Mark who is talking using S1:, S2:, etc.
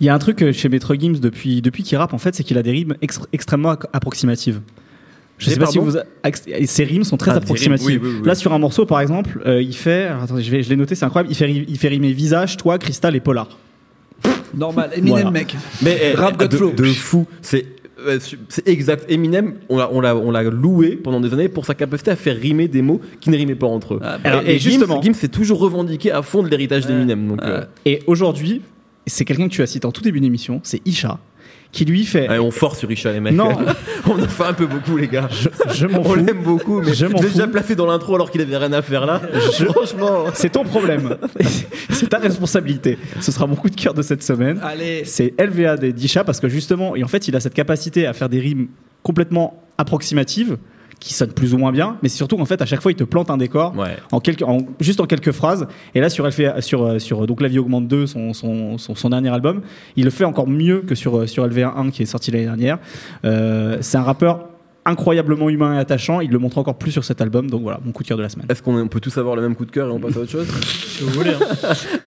S1: Il y a un truc euh, chez Metro Games depuis, depuis qu'il rappe, en fait, c'est qu'il a des rimes extr- extrêmement ac- approximatives. Je
S2: Des
S1: sais pas si
S2: pardon
S1: vous. a- ex- et Ces rimes sont très
S2: Ah, des rimes,
S1: approximatives.
S2: oui, oui, oui.
S1: Là, sur un morceau, par exemple, euh, il fait. alors, attendez, je, vais, je l'ai noté, c'est incroyable. Il fait, ri- il fait rimer visage, toi, cristal et polar.
S3: Normal, Eminem,
S1: Voilà.
S3: mec.
S2: Mais eh,
S3: Rap
S2: de,
S3: Godflow.
S2: de fou. C'est euh, c'est exact. Eminem, on l'a- on l'a on l'a loué pendant des années pour sa capacité à faire rimer des mots qui ne rimaient pas entre eux.
S3: Ah, bah,
S1: Alors,
S2: et,
S1: et
S2: et
S1: justement-
S2: Gims, Gims s'est toujours revendiqué à fond de l'héritage d'Eminem. Donc, euh,
S1: Et aujourd'hui, c'est quelqu'un que tu as cité en tout début d'émission, c'est Isha, qui lui fait.
S2: ouais, on force sur Richard les mecs.
S1: Non.
S2: on en fait un peu beaucoup, les gars.
S1: Je m'en
S2: on
S1: fous.
S2: l'aime beaucoup, mais
S1: Je
S2: je
S1: m'en
S2: l'ai déjà
S1: fous.
S2: placé dans l'intro alors qu'il avait rien à faire là. Franchement.
S1: C'est ton problème. c'est ta responsabilité. Ce sera mon coup de cœur de cette semaine.
S3: Allez,
S1: C'est LVA des Disha parce que justement, et en fait, il a cette capacité à faire des rimes complètement approximatives qui sonnent plus ou moins bien, mais c'est surtout en fait à chaque fois il te plante un décor
S2: Ouais.
S1: en quelques, en- juste en quelques phrases. Et là sur LVA, sur euh, sur euh, donc La Vie augmente 2, son, son, son, son dernier album, il le fait encore mieux que sur euh, sur LVA 1 qui est sorti l'année dernière. Euh, c'est un rappeur incroyablement humain et attachant. Il le montre encore plus sur cet album. Donc voilà, mon coup de cœur de la semaine.
S2: Est-ce qu'on peut tous avoir le même coup de cœur et on passe à autre chose
S4: Si vous voulez. hein.